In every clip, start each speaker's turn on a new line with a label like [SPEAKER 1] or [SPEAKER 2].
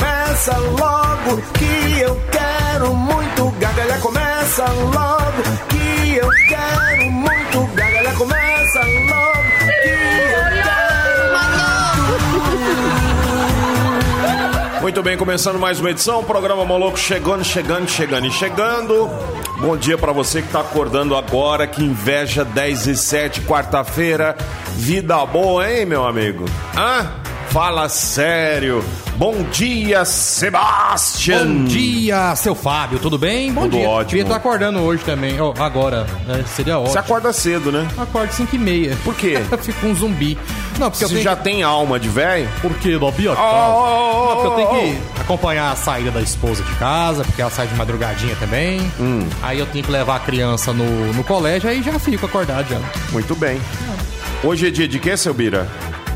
[SPEAKER 1] começa logo que eu quero muito gargalhar. Começa logo que eu quero muito gargalhar. Começa logo que eu
[SPEAKER 2] Muito bem, começando mais uma edição, o programa Moloco chegando, chegando, chegando e chegando. Bom dia pra você que tá acordando agora, que inveja 10 e 7, quarta-feira. Vida boa, hein, meu amigo? Hã? Fala sério. Bom dia, Sebastian.
[SPEAKER 3] Bom dia, seu Fábio, tudo bem? Bom
[SPEAKER 2] Hum. Tudo
[SPEAKER 3] dia.
[SPEAKER 2] ótimo.
[SPEAKER 3] Devia estar acordando hoje também. Ó, agora. né? seria
[SPEAKER 2] Você
[SPEAKER 3] ótimo.
[SPEAKER 2] acorda cedo, né?
[SPEAKER 3] Acordo 5 e meia.
[SPEAKER 2] Por quê?
[SPEAKER 3] Eu fico um zumbi. Não, porque eu
[SPEAKER 2] Você
[SPEAKER 3] tenho Ah,
[SPEAKER 2] já tem alma de velho?
[SPEAKER 3] Por quê, Bob? Ó,
[SPEAKER 2] ó, ó,
[SPEAKER 3] Não, porque eu
[SPEAKER 2] ó,
[SPEAKER 3] tenho que oh, acompanhar a saída da esposa de casa, porque ela sai de madrugadinha também. Aí eu tenho que levar a criança no, no colégio, aí já fico acordado já.
[SPEAKER 2] Muito bem. Hoje é dia de quê, seu Bira?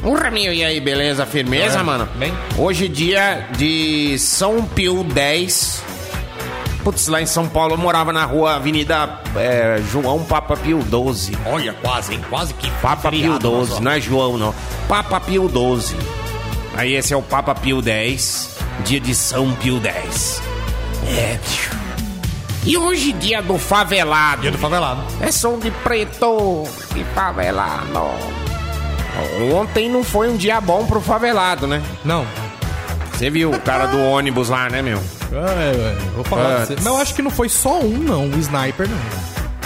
[SPEAKER 4] Urra, meu, e aí, beleza? Firmeza,
[SPEAKER 3] É,
[SPEAKER 4] mano?
[SPEAKER 3] bem.
[SPEAKER 4] Hoje dia de São Pio 10. Putz, lá em São Paulo eu morava na rua Avenida é, João Papa Pio 12.
[SPEAKER 3] Olha, quase, hein? Quase que
[SPEAKER 4] Papa Pio 12, não é João não. Papa Pio 12. Aí esse é o Papa Pio 10, dia de São Pio 10. É, bicho. E hoje dia do favelado.
[SPEAKER 3] Dia do favelado.
[SPEAKER 4] É som de preto e favelado. Ontem não foi um dia bom pro favelado, né?
[SPEAKER 3] Não.
[SPEAKER 4] Você viu o cara do ônibus lá, né, meu?
[SPEAKER 3] É, é, vou falar pra
[SPEAKER 4] Ah,
[SPEAKER 3] você. Mas eu acho que não foi só um, não. O sniper, não.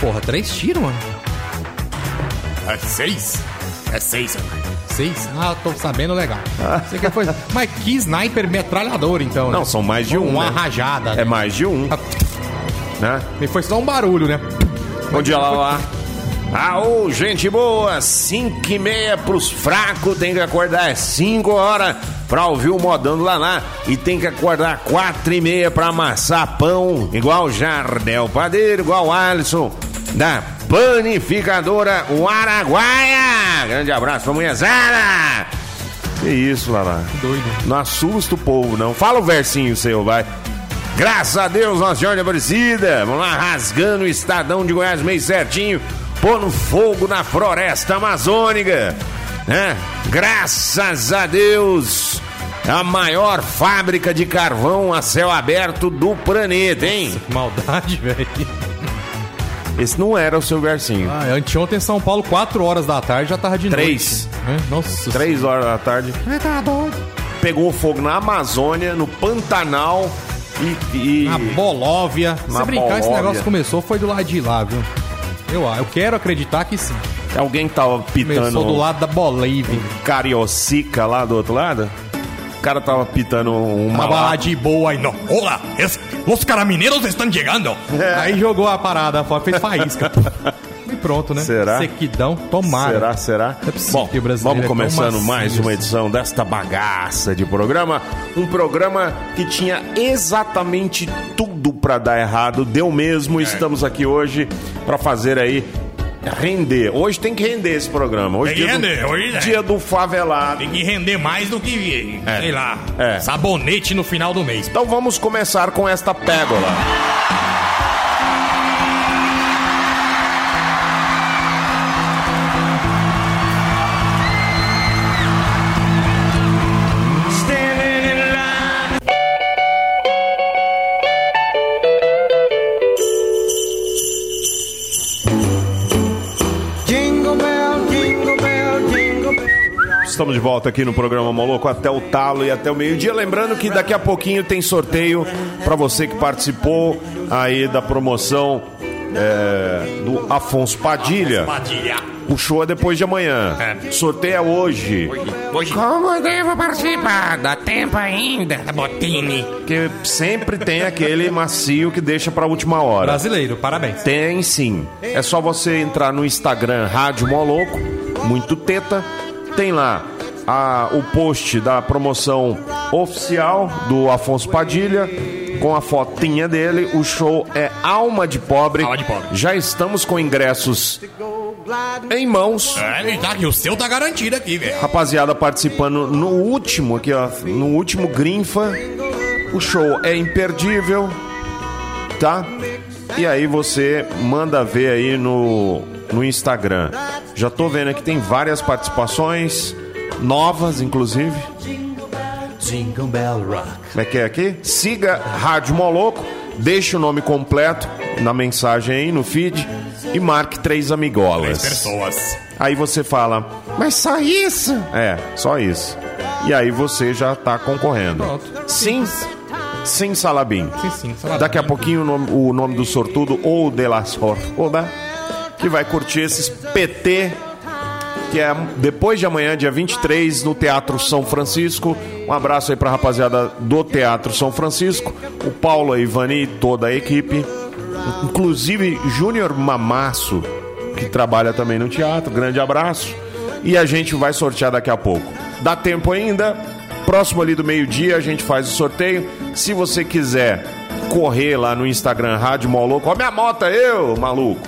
[SPEAKER 3] Porra, três tiros, mano.
[SPEAKER 4] É seis? É seis,
[SPEAKER 3] Seis? Ah, tô sabendo legal. Você que foi. Mas que sniper metralhador, então. né?
[SPEAKER 2] Não, são mais de um,
[SPEAKER 3] Uma
[SPEAKER 2] né?
[SPEAKER 3] rajada.
[SPEAKER 2] É mais de um, né?
[SPEAKER 3] E foi só um barulho, né?
[SPEAKER 2] Bom dia, lá, lá. Aô, gente boa, 5 e meia pros fracos, tem que acordar às 5 horas pra ouvir o Modando lá lá e tem que acordar 4 e meia pra amassar pão, igual Jardel Padeiro, igual Alisson, da panificadora Araguaia. Grande abraço pra mulherzada. Que isso, Lala.
[SPEAKER 3] Doido.
[SPEAKER 2] Não assusta o povo, não. Fala o versinho seu, vai. Graças a Deus, Nossa Senhora de Aparecida. Vamos lá, rasgando o Estadão de Goiás meio certinho, pondo fogo na floresta amazônica. Né? Graças a Deus, a maior fábrica de carvão a céu aberto do planeta, hein?
[SPEAKER 3] Que maldade, velho.
[SPEAKER 2] Esse não era o seu versinho.
[SPEAKER 3] Ah, anteontem em São Paulo, 4 horas da tarde, já tava de
[SPEAKER 2] Três.
[SPEAKER 3] noite. né? Nossa.
[SPEAKER 2] Três horas da tarde,
[SPEAKER 3] Senhora. Tá doido.
[SPEAKER 2] pegou fogo na Amazônia, no Pantanal e. e-
[SPEAKER 3] Na Bolóvia.
[SPEAKER 2] Na
[SPEAKER 3] Se brincar, esse
[SPEAKER 2] Bolóvia.
[SPEAKER 3] negócio começou, foi do lado de lá, viu? Eu, eu quero acreditar que sim.
[SPEAKER 2] Alguém que tava
[SPEAKER 3] Começou
[SPEAKER 2] pitando.
[SPEAKER 3] do lado da Bolívia.
[SPEAKER 2] Cariocica lá do outro lado? O cara tava pitando um, uma.
[SPEAKER 3] Uma lá de boa aí, não.
[SPEAKER 5] Hola, es, los carabineros están llegando.
[SPEAKER 2] É.
[SPEAKER 3] Aí jogou a parada, fora, fez faísca. e pronto, né?
[SPEAKER 2] Será?
[SPEAKER 3] Sequidão, tomara.
[SPEAKER 2] Será, será?
[SPEAKER 3] É possível,
[SPEAKER 2] Bom,
[SPEAKER 3] brasileiro é
[SPEAKER 2] vamos
[SPEAKER 3] tão
[SPEAKER 2] começando
[SPEAKER 3] macio
[SPEAKER 2] mais uma
[SPEAKER 3] assim.
[SPEAKER 2] edição desta bagaça de programa. Um programa que tinha exatamente tudo pra dar errado, deu
[SPEAKER 5] É.
[SPEAKER 2] mesmo. Estamos aqui hoje pra fazer aí render. Hoje tem que render esse programa. Hoje
[SPEAKER 5] Tem
[SPEAKER 2] dia
[SPEAKER 5] que render,
[SPEAKER 2] do,
[SPEAKER 5] hoje, né?
[SPEAKER 2] dia do favelado.
[SPEAKER 5] Tem que render mais do que, sei lá,
[SPEAKER 2] É.
[SPEAKER 5] sabonete no final do mês.
[SPEAKER 2] Então vamos começar com esta pérola. Estamos de volta aqui no programa Moloco até o talo e até o meio-dia. Lembrando que daqui a pouquinho tem sorteio para você que participou aí da promoção é, do Afonso Padilha.
[SPEAKER 5] Padilha.
[SPEAKER 2] O show é depois de amanhã.
[SPEAKER 5] É.
[SPEAKER 2] Sorteio é hoje.
[SPEAKER 5] Hoje,
[SPEAKER 4] Como eu devo participar? Dá tempo ainda.
[SPEAKER 5] a botine.
[SPEAKER 2] Porque sempre tem aquele macio que deixa para última hora.
[SPEAKER 3] Brasileiro, parabéns.
[SPEAKER 2] Tem sim. É só você entrar no Instagram Rádio Moloco, muito teta. Tem lá a- o post da promoção oficial do Afonso Padilha. Com a fotinha dele, o show é Alma de Pobre.
[SPEAKER 5] Alma de Pobre.
[SPEAKER 2] Já estamos com ingressos em mãos.
[SPEAKER 5] É, e tá aqui, o seu tá garantido aqui, velho.
[SPEAKER 2] Rapaziada participando no último aqui, ó, no último Grinfa. O show é imperdível, tá? E aí você manda ver aí no, no Instagram. Já tô vendo aqui tem várias participações novas, inclusive.
[SPEAKER 6] Jingle Bell Rock.
[SPEAKER 2] Como é que é aqui? Siga Rádio Moloco, deixe o nome completo na mensagem aí, no feed, e marque três amigolas.
[SPEAKER 5] Pessoas.
[SPEAKER 2] Aí você fala, mas só isso? É, só isso. E aí você já tá concorrendo.
[SPEAKER 3] Pronto.
[SPEAKER 2] Sim, sim, Salabim.
[SPEAKER 3] Sim, sim, salada.
[SPEAKER 2] Daqui a pouquinho o nome, o nome do sortudo ou de la sortuda, que vai curtir esses PT, que é depois de amanhã, dia 23, no Teatro São Francisco. Um abraço aí pra rapaziada do Teatro São Francisco, o Paulo, a Ivani e toda a equipe. Inclusive Júnior Mamasso, que trabalha também no teatro. Grande abraço. E a gente vai sortear daqui a pouco. Dá tempo ainda? Próximo ali do meio-dia a gente faz o sorteio. Se você quiser correr lá no Instagram Rádio Moloco, ó minha moto, eu, maluco.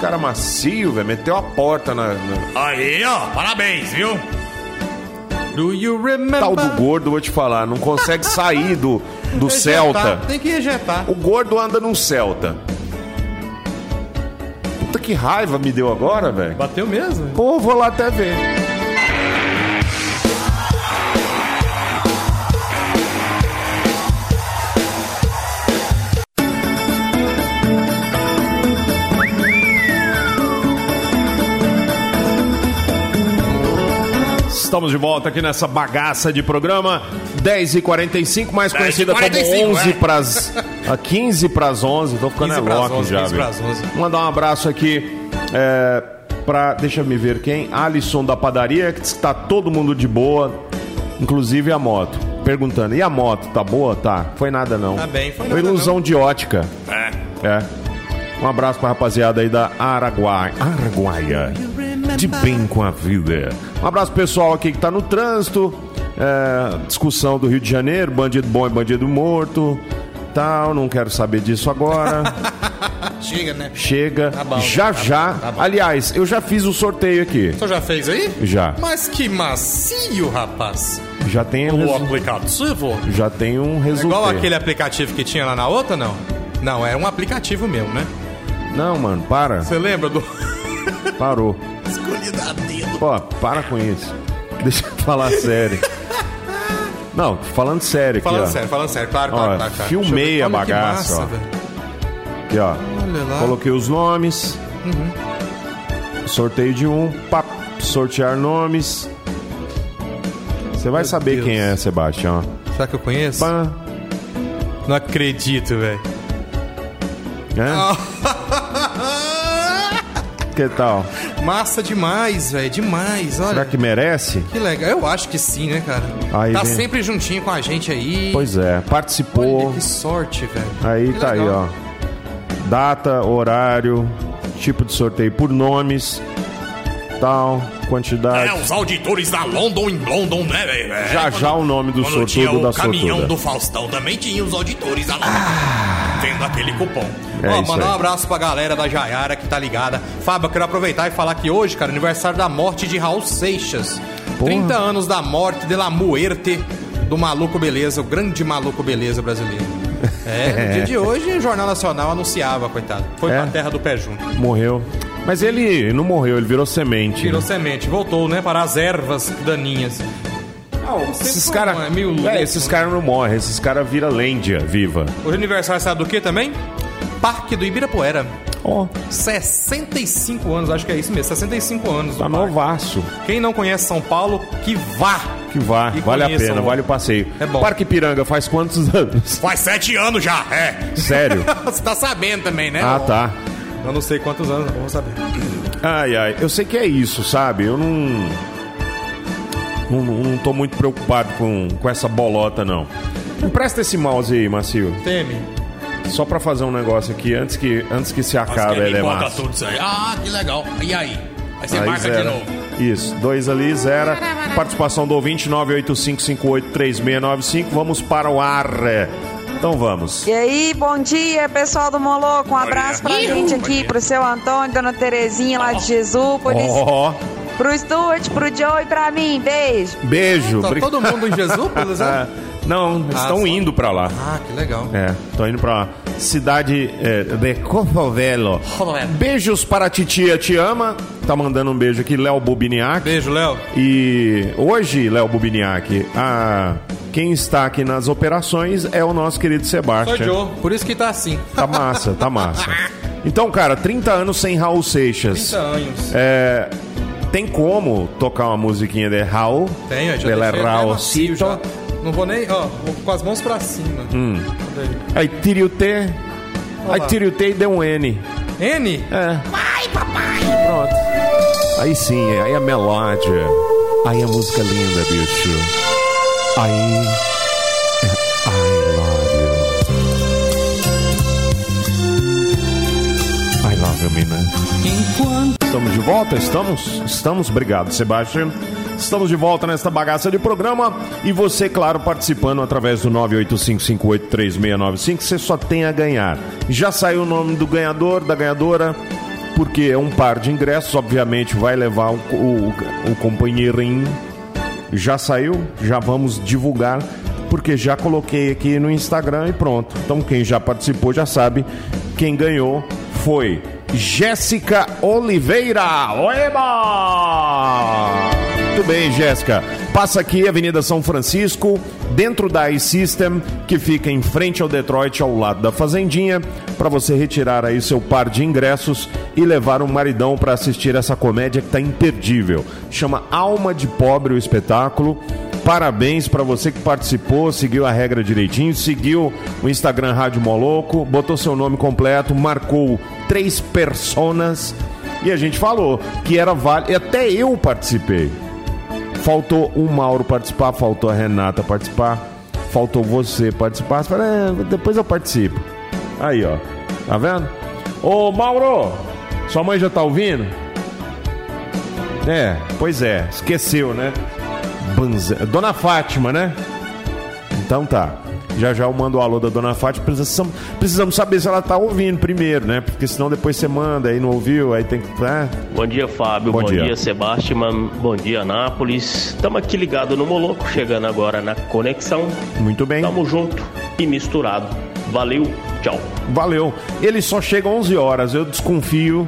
[SPEAKER 2] Cara macio, velho, meteu a porta na, na-
[SPEAKER 5] Aí, ó, parabéns, viu?
[SPEAKER 3] Do you remember?
[SPEAKER 2] tal do gordo, vou te falar, não consegue sair do, do
[SPEAKER 3] Ejetar.
[SPEAKER 2] Celta.
[SPEAKER 3] Tá, Tem que ejetar.
[SPEAKER 2] O gordo anda num Celta. Puta que raiva me deu agora, velho.
[SPEAKER 3] Bateu mesmo?
[SPEAKER 2] Pô, vou lá até ver. Estamos de volta aqui nessa bagaça de programa 10h45, mais conhecida como
[SPEAKER 5] 10h45,
[SPEAKER 2] 11
[SPEAKER 5] é.
[SPEAKER 2] pras, a 15 para as 11. Tô ficando
[SPEAKER 3] 15
[SPEAKER 2] é
[SPEAKER 3] pras
[SPEAKER 2] louco
[SPEAKER 3] 11,
[SPEAKER 2] já,
[SPEAKER 3] 15
[SPEAKER 2] velho.
[SPEAKER 3] pras 11.
[SPEAKER 2] Mandar um abraço aqui é, pra. Deixa eu me ver quem. Alisson da padaria, que diz que tá todo mundo de boa, inclusive a moto. Perguntando, e a moto, tá boa? Tá. Foi nada não.
[SPEAKER 3] Tá bem, foi nada
[SPEAKER 2] ilusão de ótica.
[SPEAKER 5] É.
[SPEAKER 2] É. Um abraço pra rapaziada aí da Araguai. Araguaia. De bem com a vida. Um abraço pro pessoal aqui que tá no trânsito. É, discussão do Rio de Janeiro, bandido bom e bandido morto. Tal, não quero saber disso agora.
[SPEAKER 3] Chega, né?
[SPEAKER 2] Chega.
[SPEAKER 3] bom, tá
[SPEAKER 2] já, já. Aliás, eu já fiz o sorteio aqui.
[SPEAKER 3] Você Então já fez aí?
[SPEAKER 2] Já.
[SPEAKER 3] Mas que macio, rapaz.
[SPEAKER 2] Já tem, um
[SPEAKER 5] O
[SPEAKER 2] resu-
[SPEAKER 5] aplicativo.
[SPEAKER 2] já tem um
[SPEAKER 3] É igual
[SPEAKER 2] resultado.
[SPEAKER 3] aquele aplicativo que tinha lá na outra, não? Não, era um aplicativo meu, né?
[SPEAKER 2] Não, mano, para.
[SPEAKER 3] Você lembra do.
[SPEAKER 2] Parou. Ó, para com isso. Deixa eu falar sério. Não, falando sério aqui,
[SPEAKER 3] Falando
[SPEAKER 2] ó.
[SPEAKER 3] sério, falando sério, claro,
[SPEAKER 2] Ó,
[SPEAKER 3] claro, claro, claro.
[SPEAKER 2] filmei
[SPEAKER 3] Deixa eu ver,
[SPEAKER 2] a
[SPEAKER 3] olha que
[SPEAKER 2] bagaça, ó.
[SPEAKER 3] velho.
[SPEAKER 2] Aqui, ó.
[SPEAKER 3] Olha lá. Uhum.
[SPEAKER 2] Coloquei os nomes. Sorteio de um. Pá, sortear nomes. Você vai
[SPEAKER 3] Meu
[SPEAKER 2] saber
[SPEAKER 3] Deus.
[SPEAKER 2] quem é, Sebastião.
[SPEAKER 3] Será que eu conheço?
[SPEAKER 2] Pá,
[SPEAKER 3] Não acredito, velho.
[SPEAKER 2] né?
[SPEAKER 3] Ah.
[SPEAKER 2] Ah! Que tal?
[SPEAKER 3] Massa demais, velho, demais, olha.
[SPEAKER 2] Será que merece?
[SPEAKER 3] Que legal. Eu acho que sim, né, cara?
[SPEAKER 2] Aí
[SPEAKER 3] tá
[SPEAKER 2] vem-
[SPEAKER 3] sempre juntinho com a gente aí.
[SPEAKER 2] Pois é,
[SPEAKER 3] Olha
[SPEAKER 2] participou.
[SPEAKER 3] que sorte, velho.
[SPEAKER 2] Aí
[SPEAKER 3] Que
[SPEAKER 2] tá aí,
[SPEAKER 3] legal.
[SPEAKER 2] ó. Data, horário, tipo de sorteio por nomes, tal,
[SPEAKER 5] É,
[SPEAKER 2] quantidade.
[SPEAKER 5] os auditores da London em London, né, velho? É,
[SPEAKER 2] Já
[SPEAKER 5] quando-
[SPEAKER 2] já o nome do
[SPEAKER 5] Quando tinha
[SPEAKER 2] sortudo
[SPEAKER 5] o
[SPEAKER 2] da
[SPEAKER 5] caminhão
[SPEAKER 2] sortuda. Ah.
[SPEAKER 5] do Faustão, também tinha os auditores da London. Vendo aquele cupom.
[SPEAKER 2] É
[SPEAKER 3] Ó,
[SPEAKER 2] isso
[SPEAKER 3] mandar um
[SPEAKER 2] aí.
[SPEAKER 3] abraço pra galera da Jaiara que tá ligada. Fábio, eu quero aproveitar e falar que hoje, cara, é aniversário da morte de Raul Seixas. 30 anos da morte de la muerte do maluco beleza, o grande maluco beleza brasileiro. É, no dia de hoje o Jornal Nacional anunciava, coitado. Foi
[SPEAKER 2] É?
[SPEAKER 3] pra terra do pé junto.
[SPEAKER 2] Morreu. Mas ele não morreu, ele virou semente.
[SPEAKER 3] Tirou semente, voltou, né, para as ervas daninhas.
[SPEAKER 2] Esses
[SPEAKER 3] Sempre
[SPEAKER 2] caras.
[SPEAKER 3] um- é meio louco,
[SPEAKER 2] É, esses
[SPEAKER 3] né?
[SPEAKER 2] caras não morrem, esses caras vira Lândia viva.
[SPEAKER 3] Hoje é aniversário sabe do que também? Parque do Ibirapuera.
[SPEAKER 2] Ó,
[SPEAKER 3] 65 anos, acho que é isso mesmo, 65 anos. do
[SPEAKER 2] tá
[SPEAKER 3] parque.
[SPEAKER 2] novaço.
[SPEAKER 3] Quem não conhece São Paulo, que vá.
[SPEAKER 2] Que vá,
[SPEAKER 3] E
[SPEAKER 2] vale a
[SPEAKER 3] conheçam,
[SPEAKER 2] pena,
[SPEAKER 3] ó.
[SPEAKER 2] vale o passeio.
[SPEAKER 3] É bom.
[SPEAKER 2] Parque Piranga faz quantos anos?
[SPEAKER 5] Faz sete anos já, é.
[SPEAKER 2] Sério?
[SPEAKER 3] Você tá sabendo também, né?
[SPEAKER 2] Ah, tá.
[SPEAKER 3] Eu não sei quantos anos, não vou saber.
[SPEAKER 2] Ai, ai, eu sei que é isso, sabe? Eu não. Não, não tô muito preocupado com, com essa bolota, não. Empresta esse mouse aí, Macio.
[SPEAKER 3] Teme.
[SPEAKER 2] Só pra fazer um negócio aqui antes que, antes que se
[SPEAKER 5] Mas
[SPEAKER 2] acabe,
[SPEAKER 5] quem
[SPEAKER 2] ele é
[SPEAKER 5] bota
[SPEAKER 2] massa.
[SPEAKER 5] tudo isso aí. Ah, que legal. E aí? Aí você
[SPEAKER 2] Aí
[SPEAKER 5] marca
[SPEAKER 2] zera.
[SPEAKER 5] de novo.
[SPEAKER 2] Isso, dois ali, zero. Participação do ouvinte 985583695. Vamos para o ar. Então vamos.
[SPEAKER 7] E aí, bom dia, pessoal do Moloco. Um abraço pra
[SPEAKER 5] Ih,
[SPEAKER 7] gente
[SPEAKER 5] bom
[SPEAKER 7] aqui,
[SPEAKER 5] dia.
[SPEAKER 7] pro seu Antônio, dona Terezinha lá de Jesúpolis,
[SPEAKER 2] Ó,
[SPEAKER 7] pro Stuart, pro Joe e pra mim. Beijo.
[SPEAKER 2] beijo.
[SPEAKER 3] Tá
[SPEAKER 2] Obri-
[SPEAKER 3] todo mundo em Jesus, pelo
[SPEAKER 2] Ah,
[SPEAKER 3] menos?
[SPEAKER 2] não, estão
[SPEAKER 3] só-
[SPEAKER 2] indo pra lá.
[SPEAKER 3] Ah, que legal.
[SPEAKER 2] É, tô indo pra cidade é, de Covovelo. Beijos para a titia, te ama. tá mandando um beijo aqui, Léo Bubiniac.
[SPEAKER 3] Beijo, Léo.
[SPEAKER 2] E hoje, Léo Bubiniac, a... quem está aqui nas operações é o nosso querido
[SPEAKER 3] Sou
[SPEAKER 2] Sebastião.
[SPEAKER 3] Joe, por isso que tá assim.
[SPEAKER 2] Tá massa, tá massa. Então, cara, 30 anos sem Raul Seixas.
[SPEAKER 3] 30 anos.
[SPEAKER 2] É, tem como tocar uma musiquinha de Raul?
[SPEAKER 3] Tem, ó, já
[SPEAKER 2] Pela
[SPEAKER 3] deixei até
[SPEAKER 2] Raul
[SPEAKER 3] É macio já.
[SPEAKER 2] Cito.
[SPEAKER 3] Não vou nem, ó, vou com as mãos pra cima.
[SPEAKER 2] Hum.
[SPEAKER 3] Cadê?
[SPEAKER 2] Aí tire o T. Aí
[SPEAKER 3] lá.
[SPEAKER 2] tire o T e deu um N.
[SPEAKER 3] N?
[SPEAKER 2] É. Pronto. Aí sim, aí a melódia. Aí a música é linda, bicho. Aí. é I love you. I love you, mina. Estamos de volta? Estamos? Estamos, obrigado, Sebastião. Estamos de volta nesta bagaça de programa e você, claro, participando através do 985583695, você só tem a ganhar. Já saiu o nome do ganhador, da ganhadora, porque é um par de ingressos, obviamente vai levar o, o, o companheirinho. Já saiu, já vamos divulgar, porque já coloquei aqui no Instagram e pronto. Então quem já participou já sabe, quem ganhou foi Jéssica Oliveira. Oeba! Muito bem, Jéssica. Passa aqui, Avenida São Francisco, dentro da iSystem, que fica em frente ao Detroit, ao lado da Fazendinha, para você retirar aí seu par de ingressos e levar um maridão para assistir essa comédia que tá imperdível. Chama Alma de Pobre o espetáculo. Parabéns pra você que participou, seguiu a regra direitinho, seguiu o Instagram Rádio Moloco, botou seu nome completo, marcou três personas e a gente falou que era vale. Até eu participei. Faltou o Mauro participar, faltou a Renata participar, faltou você participar. Você fala, "É, depois eu participo. Aí, ó. Tá vendo? Ô, Mauro, sua mãe já tá ouvindo? É, pois é. Esqueceu, né? Banza... Dona Fátima, né? Então tá. Já já eu mando o alô da Dona Fátima. Precisamos, precisamos saber se ela tá ouvindo primeiro, né? Porque senão depois você manda, aí não ouviu, aí tem que. né?
[SPEAKER 6] Bom dia, Fábio.
[SPEAKER 2] Bom
[SPEAKER 6] Bom,
[SPEAKER 2] dia.
[SPEAKER 6] dia. Sebastião. Bom dia, Anápolis. Tamo aqui ligado no Moloco, chegando agora na conexão.
[SPEAKER 2] Muito bem.
[SPEAKER 6] Tamo junto e misturado. Valeu, tchau.
[SPEAKER 2] Valeu. Ele só chega 11 horas. Eu desconfio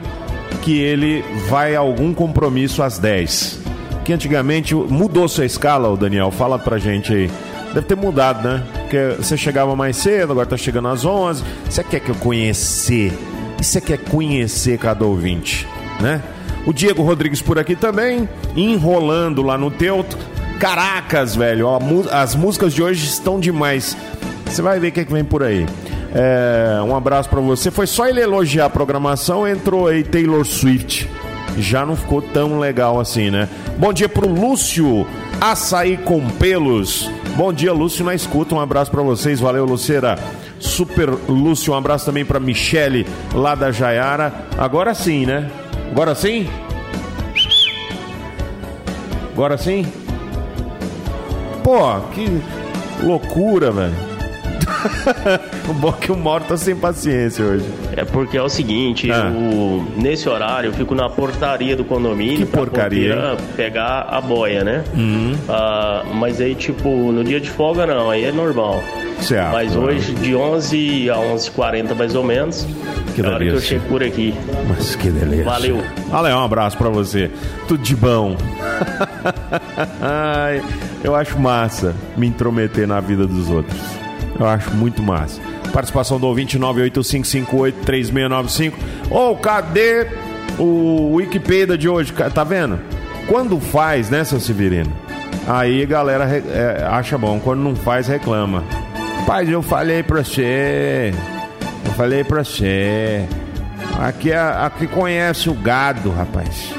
[SPEAKER 2] que ele vai a algum compromisso às 10. Que antigamente mudou sua escala, o Daniel. Fala pra gente aí. Deve ter mudado, né? Porque você chegava mais cedo, agora tá chegando às 11. Você quer que eu conhecer? E você quer conhecer cada ouvinte, né? O Diego Rodrigues por aqui também, enrolando lá no teuto. Caracas, velho, ó, mu- as músicas de hoje estão demais. Você vai ver o que, é que vem por aí. É, um abraço pra você. Foi só ele elogiar a programação, entrou aí Taylor Swift. Já não ficou tão legal assim, né? Bom dia pro Lúcio, açaí com pelos. Bom dia, Lúcio, na escuta. Um abraço pra vocês. Valeu, Luceira. Super Lúcio, um abraço também pra Michele, lá da Jaiara. Agora sim, né? Agora sim? Agora sim? Pô, que loucura, velho. o bom é que o Mauro tá sem paciência hoje.
[SPEAKER 6] É porque é o seguinte,
[SPEAKER 2] Ah.
[SPEAKER 6] eu- nesse horário eu fico na portaria do condomínio.
[SPEAKER 2] Que
[SPEAKER 6] pra
[SPEAKER 2] porcaria, Uhum.
[SPEAKER 6] porteira Pegar a boia, né? Ah, mas aí, tipo, no dia de folga não, aí é normal.
[SPEAKER 2] Certo.
[SPEAKER 6] Mas hoje, de 11 a 11h40 mais ou menos,
[SPEAKER 2] Que
[SPEAKER 6] é a hora que eu
[SPEAKER 2] delícia.
[SPEAKER 6] chego por aqui.
[SPEAKER 2] Mas que delícia.
[SPEAKER 6] Valeu.
[SPEAKER 2] Valeu, um abraço pra você. Tudo de bom. Ai, eu acho massa me intrometer na vida dos outros. Eu acho muito massa. Participação do ouvinte 985583695. Ô, cadê o Wikipedia de hoje? Ca- Tá vendo? Quando faz, né, seu Severino? Aí a galera re- é, acha bom. Quando não faz, reclama. Paz, eu falei pra você. Eu falei pra você. Aqui, é- aqui conhece o gado, rapaz.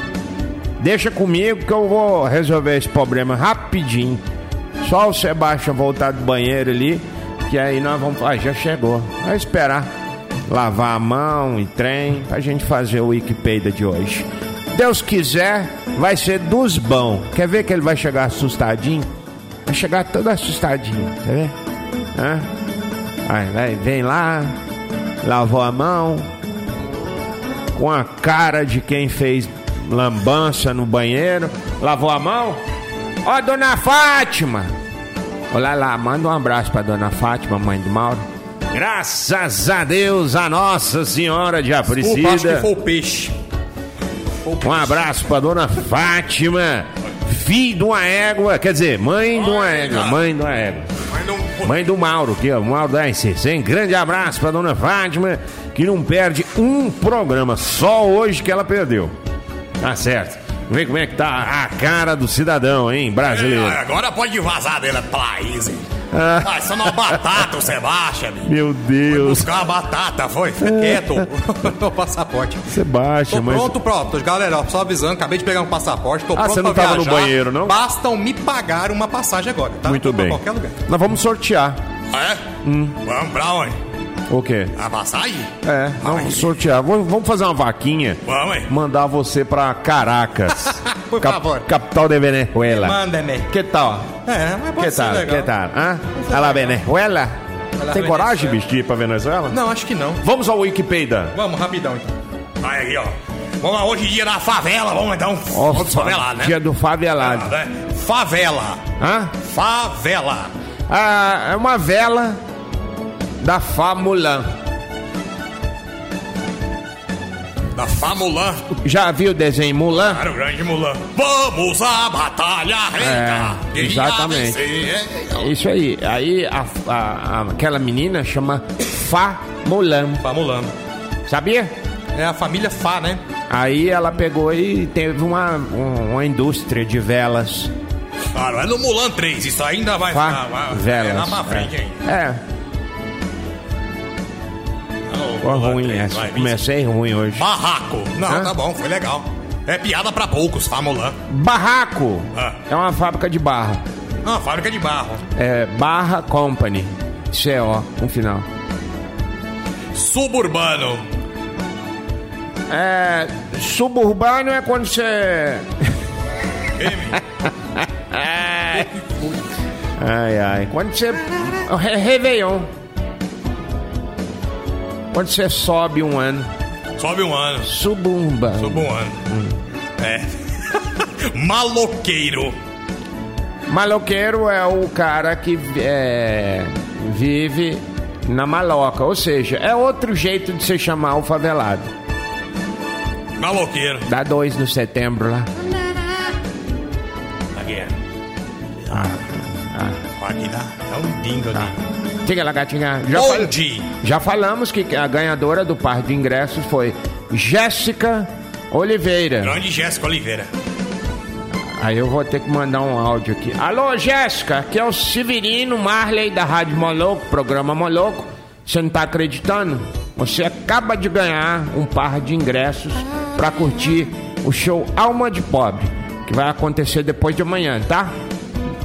[SPEAKER 2] Deixa comigo que eu vou resolver esse problema rapidinho. Só o Sebastião voltar do banheiro ali, que aí nós vamos. Ah, já chegou. Vai esperar. Lavar a mão e trem pra gente fazer o Wikipedia de hoje. Deus quiser, vai ser dos bons. Quer ver que ele vai chegar assustadinho? Vai chegar todo assustadinho, quer ver? Hã? Aí, vai, vem lá, lavou a mão, com a cara de quem fez lambança no banheiro, lavou a mão. Ó, dona Fátima! Olá lá, manda um abraço pra dona Fátima, mãe do Mauro. Graças a Deus, a Nossa Senhora de
[SPEAKER 3] Opa, acho que
[SPEAKER 2] Aparecida.
[SPEAKER 3] foi o peixe.
[SPEAKER 2] Um abraço pra dona Fátima, filho de uma égua, quer dizer, mãe de uma égua, mãe de uma égua.
[SPEAKER 5] Mas não.
[SPEAKER 2] Mém do Mauro, aqui, ó. Mauro da RCC, hein? Grande abraço pra dona Fátima, que não perde um programa. Só hoje que ela perdeu. Tá certo. Vê como é que tá a cara do cidadão, hein,
[SPEAKER 3] É. Ah,
[SPEAKER 2] brasileiro.
[SPEAKER 5] Agora pode vazar dele, Thaís. Ah, isso é uma batata, você baixa, bicho.
[SPEAKER 2] Meu Deus.
[SPEAKER 3] é
[SPEAKER 5] Buscar uma batata, foi? Fica
[SPEAKER 2] É.
[SPEAKER 5] quieto. Meu passaporte.
[SPEAKER 2] Você baixa,
[SPEAKER 3] Tô
[SPEAKER 2] mas.
[SPEAKER 3] pronto, pronto. Galera, ó, só avisando, acabei de pegar um passaporte, tô
[SPEAKER 2] Ah,
[SPEAKER 3] pronto
[SPEAKER 2] você não
[SPEAKER 3] pra
[SPEAKER 2] tava no
[SPEAKER 3] viajar.
[SPEAKER 2] banheiro, não?
[SPEAKER 3] Bastam me pagar uma passagem agora, tá?
[SPEAKER 2] Muito
[SPEAKER 3] Pra
[SPEAKER 2] bem.
[SPEAKER 3] qualquer lugar.
[SPEAKER 2] Nós vamos sortear. Hum.
[SPEAKER 5] É? Vamos pra onde?
[SPEAKER 2] O quê?
[SPEAKER 5] A passagem?
[SPEAKER 2] É, nós vamos sortear. Vamos vamos fazer uma vaquinha.
[SPEAKER 5] Vamos, hein?
[SPEAKER 2] Mandar você pra Caracas.
[SPEAKER 3] Por
[SPEAKER 2] Cap-
[SPEAKER 3] favor.
[SPEAKER 2] Capital de Venezuela.
[SPEAKER 3] Manda-me.
[SPEAKER 2] Que tal?
[SPEAKER 3] É, mas pode
[SPEAKER 2] Que
[SPEAKER 3] ser
[SPEAKER 2] tal?
[SPEAKER 3] legal.
[SPEAKER 2] Que tal? Hã? A la Venezuela?
[SPEAKER 3] la
[SPEAKER 2] Tem coragem,
[SPEAKER 3] Venezuela.
[SPEAKER 2] bicho, de ir pra Venezuela?
[SPEAKER 3] Não, acho que não.
[SPEAKER 2] Vamos ao Wikipedia.
[SPEAKER 3] Vamos, rapidão então.
[SPEAKER 5] Vai aí, ó. Vamos lá, hoje dia na favela, vamos então.
[SPEAKER 2] Ó,
[SPEAKER 5] Vamos favelar, né?
[SPEAKER 2] Dia do favelado.
[SPEAKER 5] Né? Favela.
[SPEAKER 2] Hã?
[SPEAKER 5] Favela.
[SPEAKER 2] Ah, é uma vela da Famulan.
[SPEAKER 5] Da Famulan.
[SPEAKER 2] Já viu o desenho Mulan?
[SPEAKER 5] Para o grande Mulan. Vamos à batalha reta.
[SPEAKER 2] É,
[SPEAKER 5] Quem irá
[SPEAKER 2] exatamente.
[SPEAKER 5] vencer?
[SPEAKER 2] É Isso aí. Aí a- a- a- aquela menina chama Famulan.
[SPEAKER 3] Fá Mulan.
[SPEAKER 2] Sabia?
[SPEAKER 3] É a família Fá, né?
[SPEAKER 2] Aí ela pegou e teve uma, um- uma indústria de velas.
[SPEAKER 5] Claro, é no Mulan 3, isso ainda vai
[SPEAKER 2] Fá,
[SPEAKER 5] ficar. vai-
[SPEAKER 2] velas.
[SPEAKER 5] É lá pra frente ainda.
[SPEAKER 2] É,
[SPEAKER 5] Não,
[SPEAKER 2] ficou
[SPEAKER 5] Mulan
[SPEAKER 2] ruim
[SPEAKER 5] 3,
[SPEAKER 2] essa.
[SPEAKER 5] vai,
[SPEAKER 2] Comecei ruim hoje.
[SPEAKER 5] Barraco. Não,
[SPEAKER 2] Hã?
[SPEAKER 5] tá bom, foi legal. É piada pra poucos, Famulan.
[SPEAKER 2] Barraco
[SPEAKER 5] Ah.
[SPEAKER 2] é uma fábrica de barra.
[SPEAKER 5] Ah, fábrica de barro.
[SPEAKER 2] É Barra Company. CO, um final.
[SPEAKER 5] Suburbano.
[SPEAKER 2] É, suburbano é quando você. ai, ai. Quando você. Re- Réveillon. Quando você sobe um ano.
[SPEAKER 5] Sobe um ano.
[SPEAKER 2] Suburbano.
[SPEAKER 5] Sobe um ano. É. Maloqueiro.
[SPEAKER 2] Maloqueiro é o cara que é, vive na maloca. Ou seja, é outro jeito de você chamar o favelado.
[SPEAKER 5] Maloqueiro.
[SPEAKER 2] Dá dois no setembro lá.
[SPEAKER 5] Aqui é. Ah, aqui dá. Dá um dingo aqui.
[SPEAKER 2] Diga lá, gatinha. Já, fal-
[SPEAKER 5] Onde?
[SPEAKER 2] já falamos que a ganhadora do par de ingressos foi Jéssica Oliveira.
[SPEAKER 5] Grande Jéssica Oliveira.
[SPEAKER 2] Aí eu vou ter que mandar um áudio aqui. Alô, Jéssica, aqui é o Severino Marley da Rádio Moloco, programa Moloco. Você não tá acreditando? Você acaba de ganhar um par de ingressos pra curtir o show Alma de Pobre, que vai acontecer depois de amanhã, tá?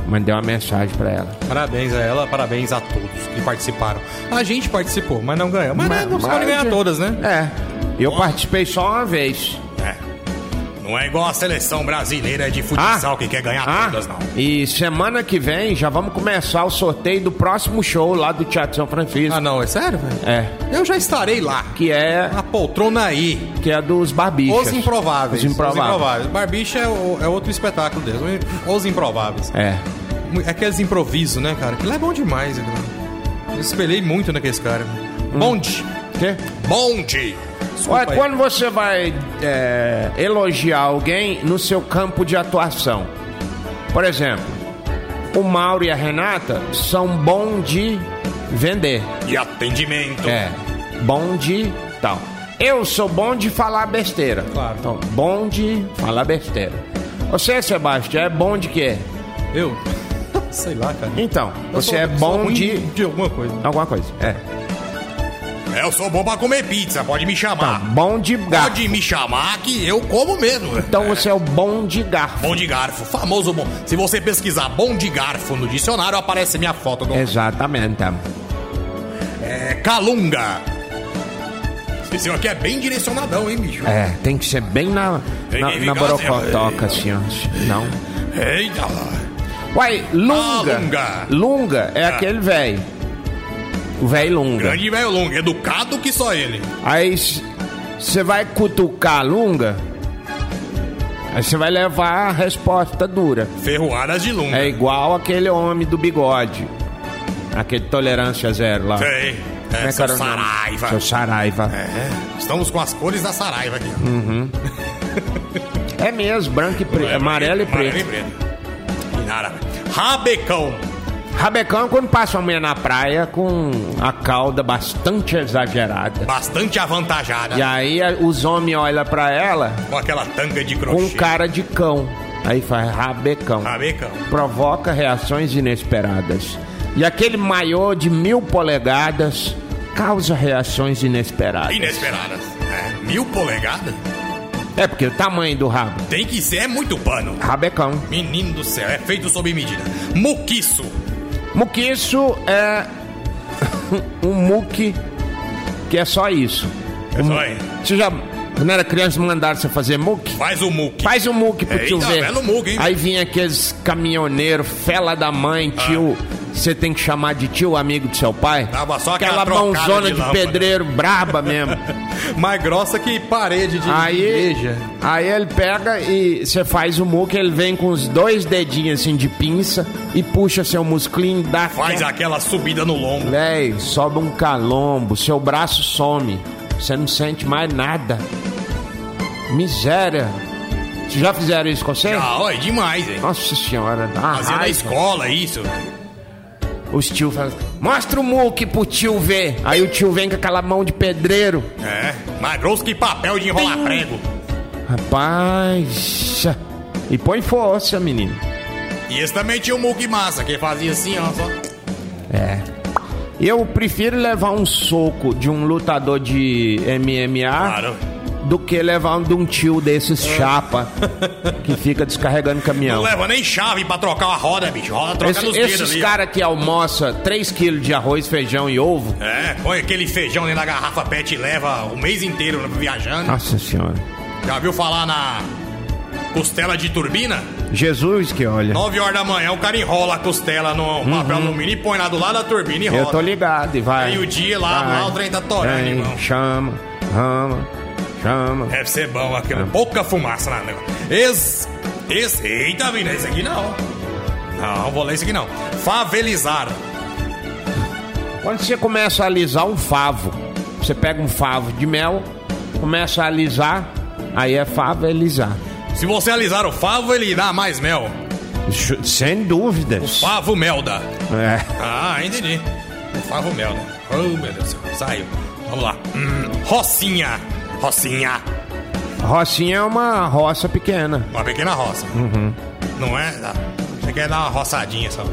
[SPEAKER 2] Mandei uma mensagem pra ela.
[SPEAKER 3] Parabéns a ela, parabéns a todos que participaram. A gente participou, mas não ganhou. Mas, né, não pode ganhar todas, né?
[SPEAKER 2] É. Eu participei só uma vez.
[SPEAKER 5] É. Não é igual a seleção brasileira de futsal que quer ganhar
[SPEAKER 2] Ah,
[SPEAKER 5] todas, não.
[SPEAKER 2] E semana que vem já vamos começar o sorteio do próximo show lá do Teatro São Francisco.
[SPEAKER 3] Ah, não, é sério, velho?
[SPEAKER 2] É.
[SPEAKER 3] Eu já estarei lá.
[SPEAKER 2] Que é,
[SPEAKER 3] A poltrona aí.
[SPEAKER 2] que é dos barbichas.
[SPEAKER 3] Os improváveis.
[SPEAKER 2] Os improváveis.
[SPEAKER 3] Barbicha é, o- é outro espetáculo deles. Os improváveis.
[SPEAKER 2] É.
[SPEAKER 3] É aqueles improvisos, né, cara? Aquilo é bom demais, Edu. Eu espelhei muito naqueles caras.
[SPEAKER 2] Hum.
[SPEAKER 3] Bonde.
[SPEAKER 2] Quê?
[SPEAKER 5] Bonde.
[SPEAKER 2] Ué,
[SPEAKER 3] aí.
[SPEAKER 2] quando você vai é, elogiar alguém no seu campo de atuação. Por exemplo, o Mauro e a Renata são bom de vender.
[SPEAKER 5] E atendimento.
[SPEAKER 2] É. Bom de tal. Eu sou bom de falar besteira.
[SPEAKER 3] Claro.
[SPEAKER 2] Então, bom de falar besteira. Você, Sebastião, é bom de quê?
[SPEAKER 3] Eu? Sei lá, cara.
[SPEAKER 2] Então,
[SPEAKER 3] Eu
[SPEAKER 2] você
[SPEAKER 3] sou-
[SPEAKER 2] é
[SPEAKER 3] sou
[SPEAKER 2] bom
[SPEAKER 3] ruim
[SPEAKER 2] de.
[SPEAKER 3] de alguma coisa.
[SPEAKER 2] Alguma coisa. É.
[SPEAKER 5] Eu sou bom pra comer pizza, pode me
[SPEAKER 3] Ah.
[SPEAKER 5] chamar.
[SPEAKER 2] Bom de garfo.
[SPEAKER 5] Pode me chamar que eu como mesmo.
[SPEAKER 2] Então você é o bom de garfo.
[SPEAKER 5] Bom de garfo, famoso bom. Se você pesquisar bom de garfo no dicionário, aparece minha foto. Do...
[SPEAKER 2] Exatamente.
[SPEAKER 5] É calunga. Esse senhor aqui é bem direcionadão, hein, bicho?
[SPEAKER 2] É, tem que ser bem na,
[SPEAKER 5] Tem
[SPEAKER 2] na,
[SPEAKER 5] que
[SPEAKER 2] na
[SPEAKER 5] ficar assim, ó.
[SPEAKER 2] borocotoca, assim, ó. Não. É.
[SPEAKER 5] Eita!
[SPEAKER 2] Uai, lunga.
[SPEAKER 5] Ah, lunga.
[SPEAKER 2] Lunga é aquele velho. O velho lunga.
[SPEAKER 5] Grande velho longo, educado que só ele.
[SPEAKER 2] Aí você vai cutucar a lunga, aí você vai levar a resposta dura.
[SPEAKER 5] Ferroadas de lunga.
[SPEAKER 2] É igual aquele homem do bigode. Aquele tolerância zero lá.
[SPEAKER 5] Sei. É,
[SPEAKER 2] Como que
[SPEAKER 5] seu
[SPEAKER 2] era o nome?
[SPEAKER 5] Saraiva.
[SPEAKER 2] Seu Saraiva.
[SPEAKER 5] É, estamos com as cores da Saraiva aqui. ó.
[SPEAKER 2] É mesmo, branco e preto. Amarelo e
[SPEAKER 5] Amarelo
[SPEAKER 2] preto.
[SPEAKER 5] preto. Inara. Rabecão.
[SPEAKER 2] Rabecão é quando passa uma mulher na praia com a cauda bastante exagerada.
[SPEAKER 5] Bastante avantajada.
[SPEAKER 2] E aí a- os homens olham pra ela
[SPEAKER 5] Com aquela tanga de
[SPEAKER 2] com
[SPEAKER 5] crochê.
[SPEAKER 2] cara de cão. Aí faz rabecão.
[SPEAKER 5] Rabecão.
[SPEAKER 2] Provoca reações inesperadas. E aquele maiô de mil polegadas causa reações inesperadas.
[SPEAKER 5] Inesperadas. É, mil polegadas?
[SPEAKER 2] É porque o tamanho do rabo.
[SPEAKER 5] Tem que ser é muito pano.
[SPEAKER 2] Rabecão.
[SPEAKER 5] Menino do céu, é feito sob medida. Muquiço.
[SPEAKER 2] Muquiço é um muque que é só isso. Um-
[SPEAKER 5] É só aí.
[SPEAKER 2] Você já, quando era criança, mandaram você fazer muque?
[SPEAKER 5] Faz o muque.
[SPEAKER 2] Faz um muque pro
[SPEAKER 5] Eita,
[SPEAKER 2] tio ver.
[SPEAKER 5] belo muque, hein?
[SPEAKER 2] Aí vinha aqueles caminhoneiros, fela da mãe,
[SPEAKER 5] Ah.
[SPEAKER 2] tio. Você tem que chamar de tio, amigo do seu pai.
[SPEAKER 5] Dava só aquela
[SPEAKER 2] aquela
[SPEAKER 5] trocada
[SPEAKER 2] mãozona
[SPEAKER 5] de
[SPEAKER 2] de,
[SPEAKER 5] lâmpada.
[SPEAKER 2] pedreiro, braba mesmo.
[SPEAKER 5] Mais grossa que parede de
[SPEAKER 2] aí,
[SPEAKER 5] igreja.
[SPEAKER 2] aí ele pega e você faz o muque, ele vem com os dois dedinhos assim de pinça e puxa seu musclinho, dá
[SPEAKER 5] Faz aquela subida no lombo.
[SPEAKER 2] Véi, sobe um calombo, seu braço some. Você não sente mais nada. Miséria. Vocês já fizeram isso com você?
[SPEAKER 5] Ah, ó, é demais, hein?
[SPEAKER 2] Nossa senhora, dá uma
[SPEAKER 5] Fazia na
[SPEAKER 2] raiva.
[SPEAKER 5] escola isso.
[SPEAKER 2] Os tio falam, mostra o muque pro tio ver. Aí o tio vem com aquela mão de pedreiro.
[SPEAKER 5] É. Mais grosso que papel de enrolar prego.
[SPEAKER 2] Rapaz. E põe força, menino.
[SPEAKER 5] E esse também tinha o muque massa, que fazia assim, ó. Só.
[SPEAKER 2] Eu prefiro levar um soco de um lutador de MMA
[SPEAKER 5] Claro.
[SPEAKER 2] do que levar um de um tio desses chapa que fica descarregando
[SPEAKER 5] Não
[SPEAKER 2] caminhão.
[SPEAKER 5] leva nem chave pra trocar uma roda, bicho. Roda troca
[SPEAKER 2] Esse-
[SPEAKER 5] nos dedos
[SPEAKER 2] esses
[SPEAKER 5] ali. ó.
[SPEAKER 2] caras que almoça 3 quilos de arroz, feijão e ovo.
[SPEAKER 5] É, põe aquele feijão dentro da garrafa pet e leva o mês inteiro viajando.
[SPEAKER 2] Nossa senhora.
[SPEAKER 5] Já viu falar na costela de turbina?
[SPEAKER 2] Jesus que olha.
[SPEAKER 5] 9 horas da manhã o cara enrola a costela tá no papel alumínio e põe lá do lado da turbina e roda.
[SPEAKER 2] Uhum. Eu tô ligado e vai.
[SPEAKER 5] Aí o dia lá,
[SPEAKER 2] vai,
[SPEAKER 5] lá o trem tá torando,
[SPEAKER 2] vem,
[SPEAKER 5] irmão.
[SPEAKER 2] Chama, rama, chama.
[SPEAKER 5] Deve ser bom aquela pouca fumaça na negócio. Esse. Esse. Eita, vida, né? é esse aqui não. Não, vou ler esse aqui não. Favelizar.
[SPEAKER 2] É. Quando você começa a alisar um favo, você pega um favo de mel, começa a alisar, aí é favo é alisar.
[SPEAKER 5] Se você alisar o favo, ele dá mais mel.
[SPEAKER 2] Ju- Sem dúvidas.
[SPEAKER 5] Favo melda.
[SPEAKER 2] É.
[SPEAKER 5] Ah, entendi. O favo melda. Oh, meu Deus do céu. Saiu. Vamos lá. Hum, rocinha. Rocinha.
[SPEAKER 2] Rocinha é uma roça pequena.
[SPEAKER 5] Uma pequena roça.
[SPEAKER 2] Uhum.
[SPEAKER 5] Não é? Ah, Você quer dar uma roçadinha só.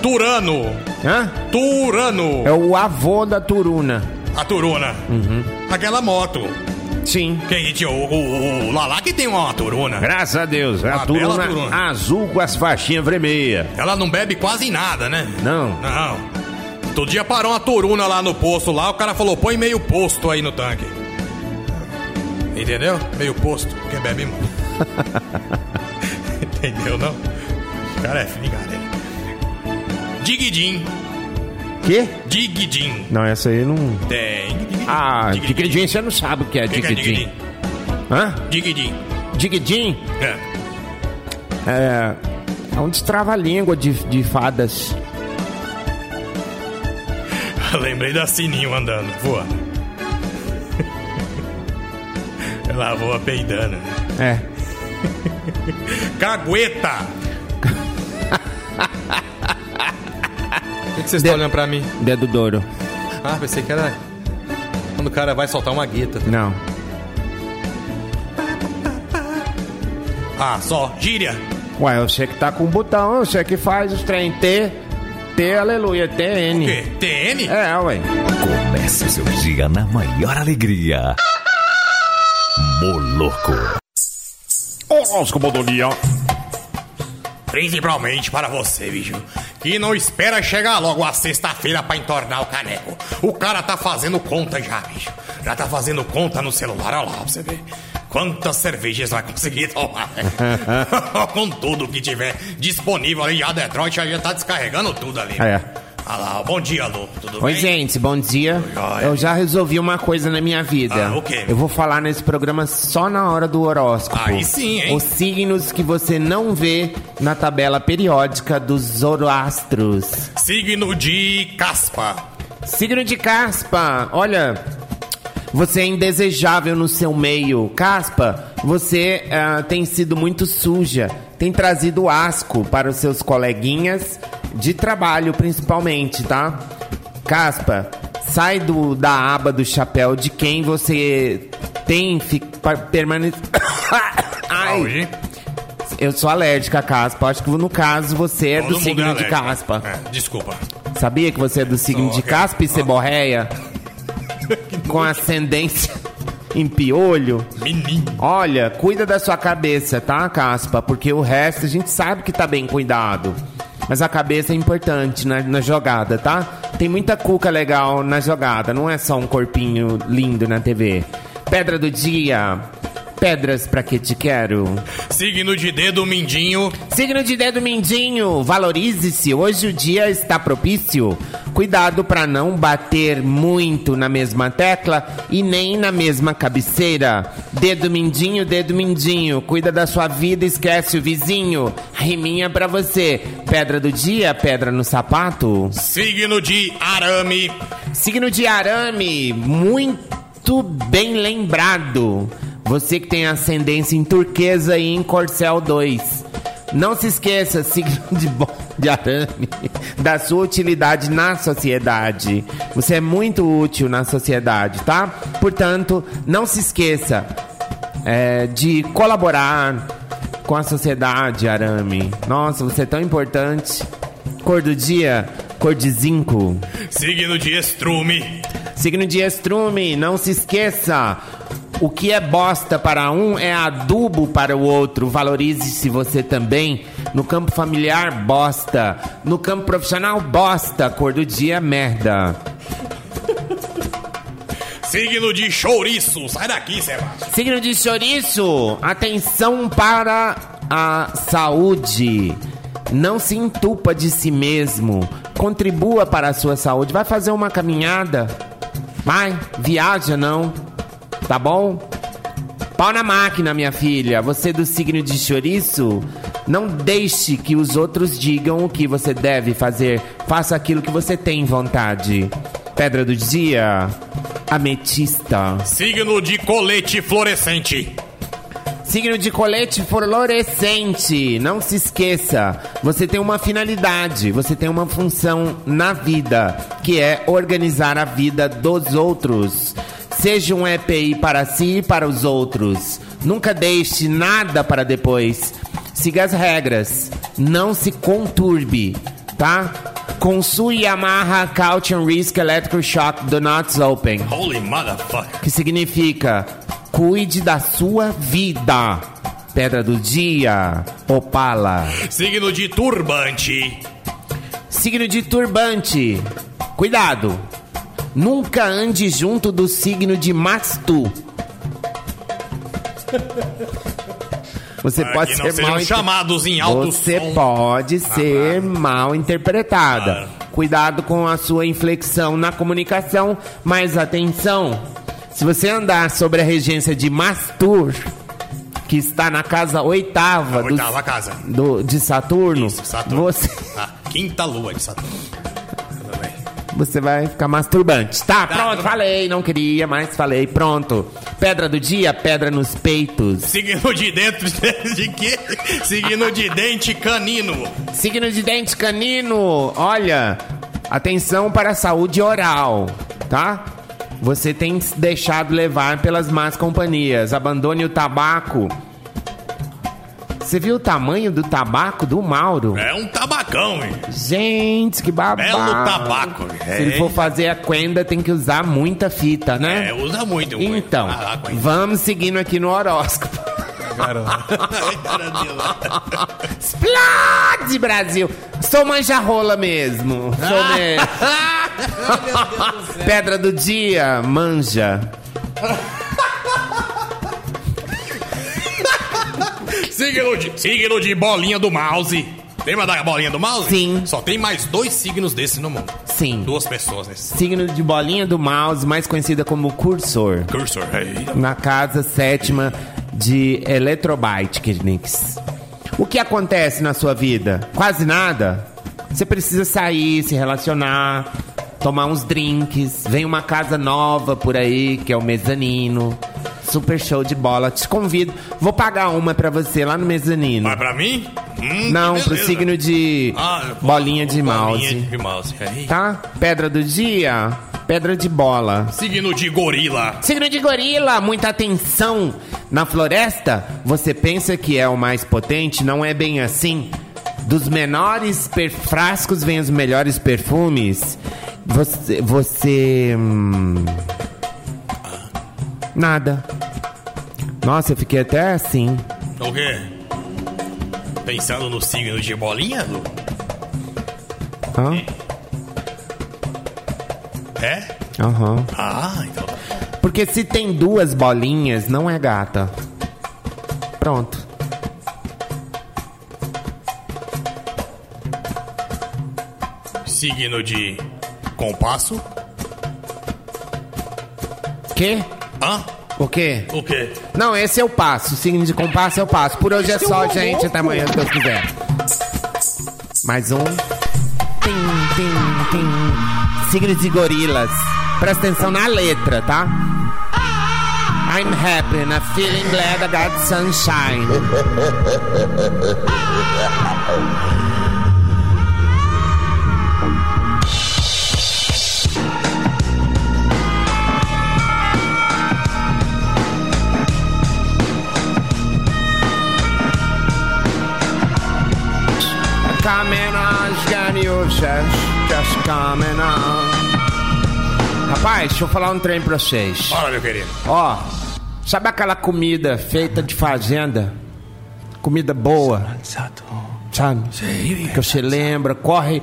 [SPEAKER 5] Turano.
[SPEAKER 2] Hã?
[SPEAKER 5] Turano.
[SPEAKER 2] É o avô da turuna.
[SPEAKER 5] A Turuna. Aquela moto.
[SPEAKER 2] Sim.
[SPEAKER 5] Quem tinha o, o, o Lala que tem uma Turuna.
[SPEAKER 2] Graças a Deus, a
[SPEAKER 5] Uma bela
[SPEAKER 2] turuna
[SPEAKER 5] turuna.
[SPEAKER 2] azul com as faixinhas vermelhas.
[SPEAKER 5] Ela não bebe quase nada, né?
[SPEAKER 2] Não.
[SPEAKER 5] Não. Todo dia parou uma Turuna lá no posto lá, o cara falou: "Põe meio posto aí no tanque". Entendeu? Meio posto, porque bebe muito. Entendeu não? O cara é fim, cara. Digidin,
[SPEAKER 2] Quê?
[SPEAKER 5] digidin.
[SPEAKER 2] Não, essa aí não.
[SPEAKER 5] Tem. digidin,
[SPEAKER 2] Ah,
[SPEAKER 5] digidin.
[SPEAKER 2] Digidin, você não sabe o que é
[SPEAKER 5] O que que é
[SPEAKER 2] Digidin. Hã?
[SPEAKER 5] Digidin.
[SPEAKER 2] Digidin
[SPEAKER 5] É.
[SPEAKER 2] é. É um destrava-língua de, de fadas.
[SPEAKER 5] Lembrei da Sininho andando, voando. Ela voa peidando.
[SPEAKER 2] É.
[SPEAKER 5] Cagueta!
[SPEAKER 3] que vocês estão olhando pra mim?
[SPEAKER 2] Dedo douro.
[SPEAKER 3] Ah, pensei que era. Quando o cara vai soltar uma guita.
[SPEAKER 2] Não.
[SPEAKER 5] Ah, só. Gíria.
[SPEAKER 2] Ué, você que tá com o botão, você que faz os trem T. T, aleluia, TN.
[SPEAKER 5] Quê? TN?
[SPEAKER 2] É, ué.
[SPEAKER 8] Comece seu dia na maior alegria. Moloco.
[SPEAKER 2] Horóscopo do dia.
[SPEAKER 5] Principalmente para você, bicho. Que não espera chegar logo a sexta-feira pra entornar o caneco. O cara tá fazendo conta já, bicho. Já tá fazendo conta no celular, olha lá pra você ver. Quantas cervejas vai conseguir tomar, né? Com tudo que tiver disponível ali. Já Detroit já tá descarregando tudo ali.
[SPEAKER 2] É.
[SPEAKER 5] Olha lá, bom dia, Lu. Tudo
[SPEAKER 2] Oi,
[SPEAKER 5] bem?
[SPEAKER 2] gente, bom dia.
[SPEAKER 5] Joia.
[SPEAKER 2] Eu já resolvi uma coisa na minha vida.
[SPEAKER 5] Ah, o quê?
[SPEAKER 2] Eu vou falar nesse programa só na hora do horóscopo.
[SPEAKER 5] Aí sim, hein?
[SPEAKER 2] Os signos que você não vê na tabela periódica dos zoroastros.
[SPEAKER 5] Signo de caspa.
[SPEAKER 2] Signo de caspa. Olha, Você é indesejável no seu meio. Caspa, você ah, tem sido muito suja. Tem trazido asco para os seus coleguinhas de trabalho, principalmente, tá? Caspa, sai do, da aba do chapéu de quem você tem fi- pa- permane Ai,
[SPEAKER 5] Saúde.
[SPEAKER 2] eu sou alérgica a caspa. Acho que no caso você é
[SPEAKER 5] Todo
[SPEAKER 2] do
[SPEAKER 5] mundo
[SPEAKER 2] signo
[SPEAKER 5] é
[SPEAKER 2] de
[SPEAKER 5] alérgico.
[SPEAKER 2] caspa.
[SPEAKER 5] É, desculpa.
[SPEAKER 2] Sabia que você é do signo
[SPEAKER 5] Só,
[SPEAKER 2] de
[SPEAKER 5] ok.
[SPEAKER 2] caspa e seborreia? Com ascendência em piolho?
[SPEAKER 5] Menino.
[SPEAKER 2] Olha, cuida da sua cabeça, tá, Caspa? Porque o resto a gente sabe que tá bem cuidado. Mas a cabeça é importante na, na jogada, tá? Tem muita cuca legal na jogada, não é só um corpinho lindo na TV. Pedra do dia. Pedras pra que te quero.
[SPEAKER 5] Signo de dedo, mindinho.
[SPEAKER 2] Signo de dedo mindinho, valorize-se. Hoje o dia está propício. Cuidado para não bater muito na mesma tecla e nem na mesma cabeceira. Dedo mindinho, dedo mindinho, cuida da sua vida, esquece o vizinho. Riminha para você. Pedra do dia, pedra no sapato.
[SPEAKER 5] Signo de arame.
[SPEAKER 2] Signo de arame, muito bem lembrado. Você que tem ascendência em turquesa e em corcel 2. Não se esqueça, signo de, bo- de arame, da sua utilidade na sociedade. Você é muito útil na sociedade, tá? Portanto, não se esqueça é, de colaborar com a sociedade, arame. Nossa, você é tão importante. Cor do dia, cor de zinco.
[SPEAKER 5] Signo de estrume.
[SPEAKER 2] Signo de estrume, não se esqueça. O que é bosta para um é adubo para o outro. Valorize-se você também. No campo familiar, bosta. No campo profissional, bosta. Cor do dia, é merda.
[SPEAKER 5] Signo de chouriço. Sai daqui, Sebastião.
[SPEAKER 2] Signo de chouriço, atenção para a saúde. Não se entupa de si mesmo. Contribua para a sua saúde. Vai fazer uma caminhada. Vai, viaja não. Tá bom? Pau na máquina, minha filha. Você é do signo de chouriço, não deixe que os outros digam o que você deve fazer. Faça aquilo que você tem vontade. Pedra do dia, ametista.
[SPEAKER 5] Signo de colete fluorescente.
[SPEAKER 2] Signo de colete fluorescente. Não se esqueça, você tem uma finalidade, você tem uma função na vida, que é organizar a vida dos outros. Seja um EPI para si e para os outros. Nunca deixe nada para depois. Siga as regras. Não se conturbe, tá? Consui Yamaha Couch and Risk Electric Shock Do Not Open
[SPEAKER 5] Holy motherfucker.
[SPEAKER 2] que significa cuide da sua vida. Pedra do dia, opala.
[SPEAKER 5] Signo de turbante.
[SPEAKER 2] Signo de turbante, cuidado. Nunca ande junto do signo de mastu. Você pode
[SPEAKER 5] Ah, que não um
[SPEAKER 2] ser mal
[SPEAKER 5] sejam
[SPEAKER 2] inter-
[SPEAKER 5] chamados em alto
[SPEAKER 2] Você
[SPEAKER 5] som. Ah,
[SPEAKER 2] pode ser mal interpretada. Cuidado com a sua inflexão na comunicação, mas atenção. Se você andar sobre a regência de Mastur, que está na casa oitava, do-
[SPEAKER 5] Oitava casa.
[SPEAKER 2] do- de Saturno,
[SPEAKER 5] Saturno.
[SPEAKER 2] Você,
[SPEAKER 5] A quinta lua de Saturno. Tudo bem.
[SPEAKER 2] você vai ficar masturbante. Tá, pronto, falei, não queria, mas falei, pronto. Pedra do dia, pedra nos peitos.
[SPEAKER 5] Signo de dentro de quê? Signo de dente canino.
[SPEAKER 2] Signo de dente canino, olha, atenção para a saúde oral, tá? Você tem se deixado levar pelas más companhias. Abandone o tabaco. Você viu o tamanho do tabaco do Mauro?
[SPEAKER 5] É um tabacão, hein?
[SPEAKER 2] Gente, que babado.
[SPEAKER 5] Belo tabaco. É,
[SPEAKER 2] Se ele for fazer a quenda, tem que usar muita fita, né?
[SPEAKER 5] É, usa muito. muito.
[SPEAKER 2] Então,
[SPEAKER 5] Ah, ah,
[SPEAKER 2] vamos seguindo aqui no horóscopo.
[SPEAKER 5] cara dela.
[SPEAKER 2] Explode, Brasil! Sou manjarrola mesmo. Sou mesmo. Pedra do dia, manja.
[SPEAKER 5] signo, de, signo de bolinha do mouse. Lembra da bolinha do mouse?
[SPEAKER 2] Sim.
[SPEAKER 5] Só tem mais dois signos desse no mundo.
[SPEAKER 2] Sim.
[SPEAKER 5] Duas pessoas nesse
[SPEAKER 2] Signo de bolinha do mouse, mais conhecida como cursor.
[SPEAKER 5] cursor. Aí.
[SPEAKER 2] na casa sétima de Eletrobyte Clinics. O que acontece na sua vida? Quase nada. Você precisa sair, se relacionar, tomar uns drinks. Vem uma casa nova por aí, que é o mezanino. Super show de bola. Te convido. Vou pagar uma pra você lá no mezanino.
[SPEAKER 5] Mas pra mim? Hum,
[SPEAKER 2] Não,
[SPEAKER 5] que
[SPEAKER 2] pro
[SPEAKER 5] beleza.
[SPEAKER 2] signo de
[SPEAKER 5] Ah,
[SPEAKER 2] bolinha de mouse.
[SPEAKER 5] Bolinha de mouse. Aí.
[SPEAKER 2] Tá? Pedra do dia, pedra de bola.
[SPEAKER 5] Signo de gorila.
[SPEAKER 2] Signo de gorila, muita atenção. Na floresta, você pensa que é o mais potente, não é bem assim. Dos menores per- frascos vêm os melhores perfumes. Você. Você. hum, Nada. Nossa, eu fiquei até assim.
[SPEAKER 5] O quê? Pensando no signo de bolinha, Lu?
[SPEAKER 2] Hã?
[SPEAKER 5] É?
[SPEAKER 2] Aham.
[SPEAKER 5] Ah, então.
[SPEAKER 2] Porque se tem duas bolinhas, não é gata. Pronto.
[SPEAKER 5] Signo de compasso.
[SPEAKER 2] Quê?
[SPEAKER 5] Hã?
[SPEAKER 2] O quê?
[SPEAKER 5] O quê?
[SPEAKER 2] Não, esse eu passo. O signo de compasso eu passo. Por hoje é só, gente. Até amanhã, se Deus quiser. Mais um. Tim, tim, tim. Signo de gorilas. Presta atenção na letra, tá? I'm happy and I'm feeling glad I got sunshine. Coming on, Ganiuchas. Just coming on. Rapaz, deixa eu falar um trem pra vocês.
[SPEAKER 5] Fala, meu querido.
[SPEAKER 2] Ó, sabe aquela comida feita de fazenda? Comida boa. Sabe? Que você lembra, corre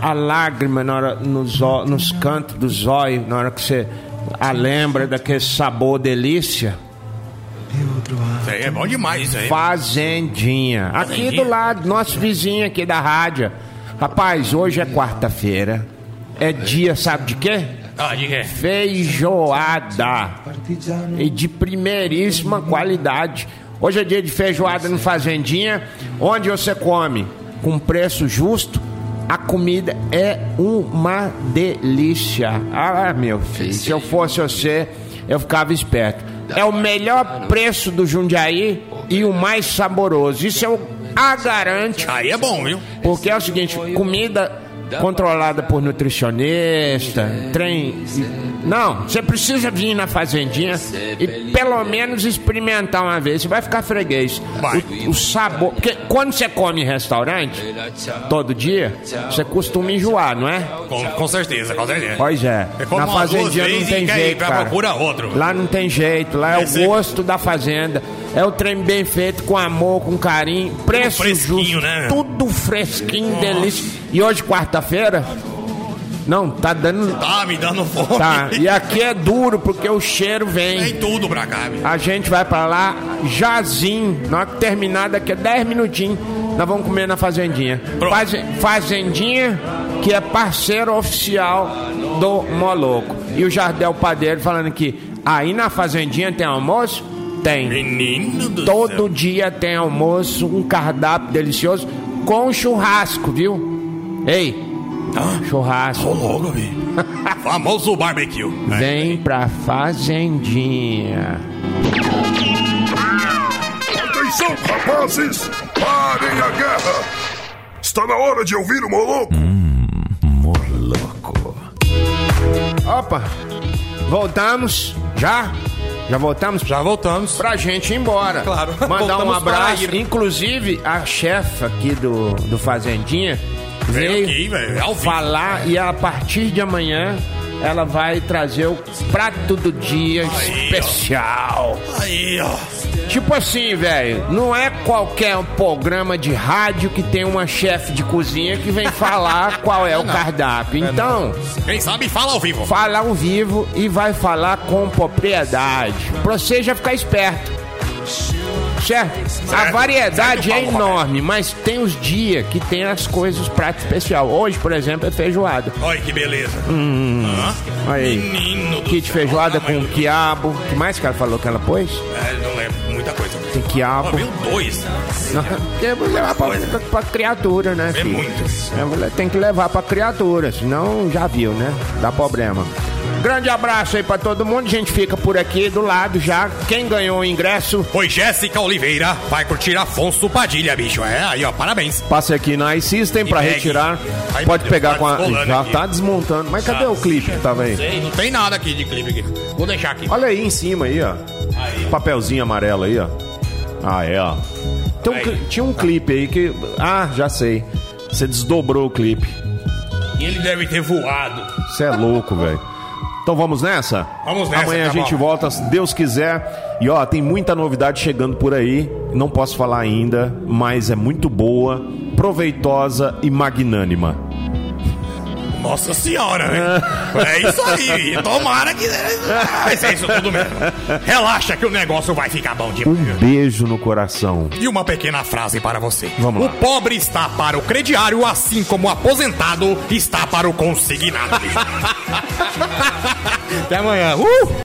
[SPEAKER 2] a lágrima na hora, nos, ó- nos cantos dos olhos, na hora que você a lembra daquele sabor delícia.
[SPEAKER 5] Isso aí é bom demais, isso aí.
[SPEAKER 2] Fazendinha. Aqui do lado, nosso vizinho aqui da rádio. Rapaz, hoje é quarta-feira. É dia, sabe de quê?
[SPEAKER 5] Ah, de quê?
[SPEAKER 2] feijoada. E de primeiríssima qualidade. Hoje é dia de feijoada no Fazendinha, onde você come com preço justo. A comida é uma delícia. Ah, meu filho, se eu fosse você, eu ficava esperto. É o melhor preço do Jundiaí e o mais saboroso. Isso eu a garante
[SPEAKER 5] Aí é bom, viu?
[SPEAKER 2] porque é o seguinte, comida controlada por nutricionista, trem. Não, você precisa vir na fazendinha e pelo menos experimentar uma vez. Você vai ficar freguês.
[SPEAKER 5] Vai.
[SPEAKER 2] O, o sabor. Porque quando você come em restaurante, todo dia, você costuma enjoar, não é?
[SPEAKER 5] Com, com certeza, com certeza.
[SPEAKER 2] Pois é.
[SPEAKER 5] É como
[SPEAKER 2] Na
[SPEAKER 5] uma
[SPEAKER 2] fazendinha
[SPEAKER 5] duas
[SPEAKER 2] não
[SPEAKER 5] vezes e
[SPEAKER 2] tem
[SPEAKER 5] quer ir
[SPEAKER 2] jeito,
[SPEAKER 5] pra
[SPEAKER 2] cara.
[SPEAKER 5] procura outro.
[SPEAKER 2] Lá não tem jeito. Lá é,
[SPEAKER 5] É
[SPEAKER 2] o
[SPEAKER 5] sempre-
[SPEAKER 2] gosto da fazenda. É o trem bem feito, com amor, com carinho. Preço
[SPEAKER 5] fresquinho,
[SPEAKER 2] justo,
[SPEAKER 5] né?
[SPEAKER 2] Tudo fresquinho, delícia. E hoje, quarta-feira... Não, tá dando...
[SPEAKER 5] Tá me dando fome.
[SPEAKER 2] Tá. E aqui é duro, porque o cheiro vem.
[SPEAKER 5] Tem tudo pra cá, viu?
[SPEAKER 2] A gente vai pra lá, jazinho. Na hora que terminar, daqui a 10 minutinhos, nós vamos comer na Fazendinha.
[SPEAKER 5] Pronto.
[SPEAKER 2] Faze- fazendinha, que é parceiro oficial do Moloco. E o Jardel Padeiro falando que aí na Fazendinha tem almoço? Tem.
[SPEAKER 5] Menino do
[SPEAKER 2] Todo dia tem almoço, um cardápio delicioso com churrasco, viu? Ei,
[SPEAKER 5] céu. Ô,
[SPEAKER 2] churrasco.
[SPEAKER 5] louco, viu? Famoso barbecue.
[SPEAKER 2] Vem pra Fazendinha.
[SPEAKER 9] Atenção, rapazes! Parem a guerra! Está na hora de ouvir o Moloco!
[SPEAKER 2] Hum,
[SPEAKER 10] Morloco.
[SPEAKER 2] Opa, voltamos já? Já voltamos?
[SPEAKER 3] Já voltamos.
[SPEAKER 2] Pra gente ir embora.
[SPEAKER 3] Claro.
[SPEAKER 2] Mandar um
[SPEAKER 3] Voltamos
[SPEAKER 2] abraço.
[SPEAKER 3] para ir.
[SPEAKER 2] Inclusive, a chefe aqui do, do Fazendinha
[SPEAKER 5] Veio
[SPEAKER 2] veio
[SPEAKER 5] aqui, É, velho. Ao vivo.
[SPEAKER 2] falar e a partir de amanhã ela vai trazer o prato do dia
[SPEAKER 5] Aí, ó.
[SPEAKER 2] especial.
[SPEAKER 5] Aí, ó.
[SPEAKER 2] Tipo assim, velho, não é qualquer programa de rádio que tem uma chefe de cozinha que vem falar qual é o cardápio. Então.
[SPEAKER 5] Quem sabe fala ao vivo.
[SPEAKER 2] fala ao vivo e vai falar com propriedade. Pra você já ficar esperto. Certo? A
[SPEAKER 5] Certo.
[SPEAKER 2] variedade
[SPEAKER 5] Certo,
[SPEAKER 2] é
[SPEAKER 5] Paulo Roberto.
[SPEAKER 2] enorme, mas tem os dias que tem as coisas, prato especial. Hoje, por exemplo, é feijoada.
[SPEAKER 5] Olha que beleza. Hã?
[SPEAKER 2] Hum, Aí.
[SPEAKER 5] Menino do
[SPEAKER 2] Kit
[SPEAKER 5] céu. Ah,
[SPEAKER 2] feijoada
[SPEAKER 5] Tamanho
[SPEAKER 2] com
[SPEAKER 5] do-
[SPEAKER 2] quiabo. O que mais que ela falou que ela pôs?
[SPEAKER 5] É, não lembro. Muita coisa.
[SPEAKER 11] Tem
[SPEAKER 2] Ah,
[SPEAKER 11] quiabo.
[SPEAKER 5] Viu dois.
[SPEAKER 2] É,
[SPEAKER 11] Tem que levar pra, pra, pra criatura, né?
[SPEAKER 5] É
[SPEAKER 11] filho?
[SPEAKER 5] muito.
[SPEAKER 11] É, mulher, Tem que levar pra criatura, senão já viu, né? Dá problema. Grande abraço aí pra todo mundo. A gente fica por aqui do lado já. Quem ganhou o ingresso,
[SPEAKER 5] Foi Jéssica Oliveira. Vai curtir Afonso Padilha, bicho. É, aí, ó, parabéns.
[SPEAKER 2] Passe aqui na iSystem pra
[SPEAKER 5] pegue.
[SPEAKER 2] retirar.
[SPEAKER 5] Ai,
[SPEAKER 2] Pode
[SPEAKER 5] meu Deus,
[SPEAKER 2] pegar
[SPEAKER 5] tá
[SPEAKER 2] com a.
[SPEAKER 5] descolando
[SPEAKER 2] Já
[SPEAKER 5] aqui.
[SPEAKER 2] tá desmontando. Mas cadê o clipe que tava aí?
[SPEAKER 5] Ei, não tem nada aqui de clipe aqui. Vou deixar aqui.
[SPEAKER 2] Olha aí em cima aí, ó. Papelzinho amarelo aí, ó. Ah, é, ó. Tem um
[SPEAKER 5] Aí.
[SPEAKER 2] cli- tinha um clipe aí que. Ah, já sei. Você desdobrou o clipe.
[SPEAKER 5] E ele deve ter voado.
[SPEAKER 2] Você é louco, velho. Então vamos nessa?
[SPEAKER 5] Vamos nessa,
[SPEAKER 2] Amanhã a
[SPEAKER 5] Cabral.
[SPEAKER 2] gente volta, se Deus quiser. E ó, tem muita novidade chegando por aí. Não posso falar ainda, mas é muito boa, proveitosa e magnânima.
[SPEAKER 5] Nossa senhora, né?
[SPEAKER 2] Ah.
[SPEAKER 5] É isso aí. Tomara que. Mas é isso tudo mesmo. Relaxa que o negócio vai ficar bom demais.
[SPEAKER 2] Um beijo no coração.
[SPEAKER 5] E uma pequena frase para você.
[SPEAKER 2] Vamos lá.
[SPEAKER 5] O pobre está para o crediário, assim como o aposentado está para o consignado. bicho. Até amanhã. Uh!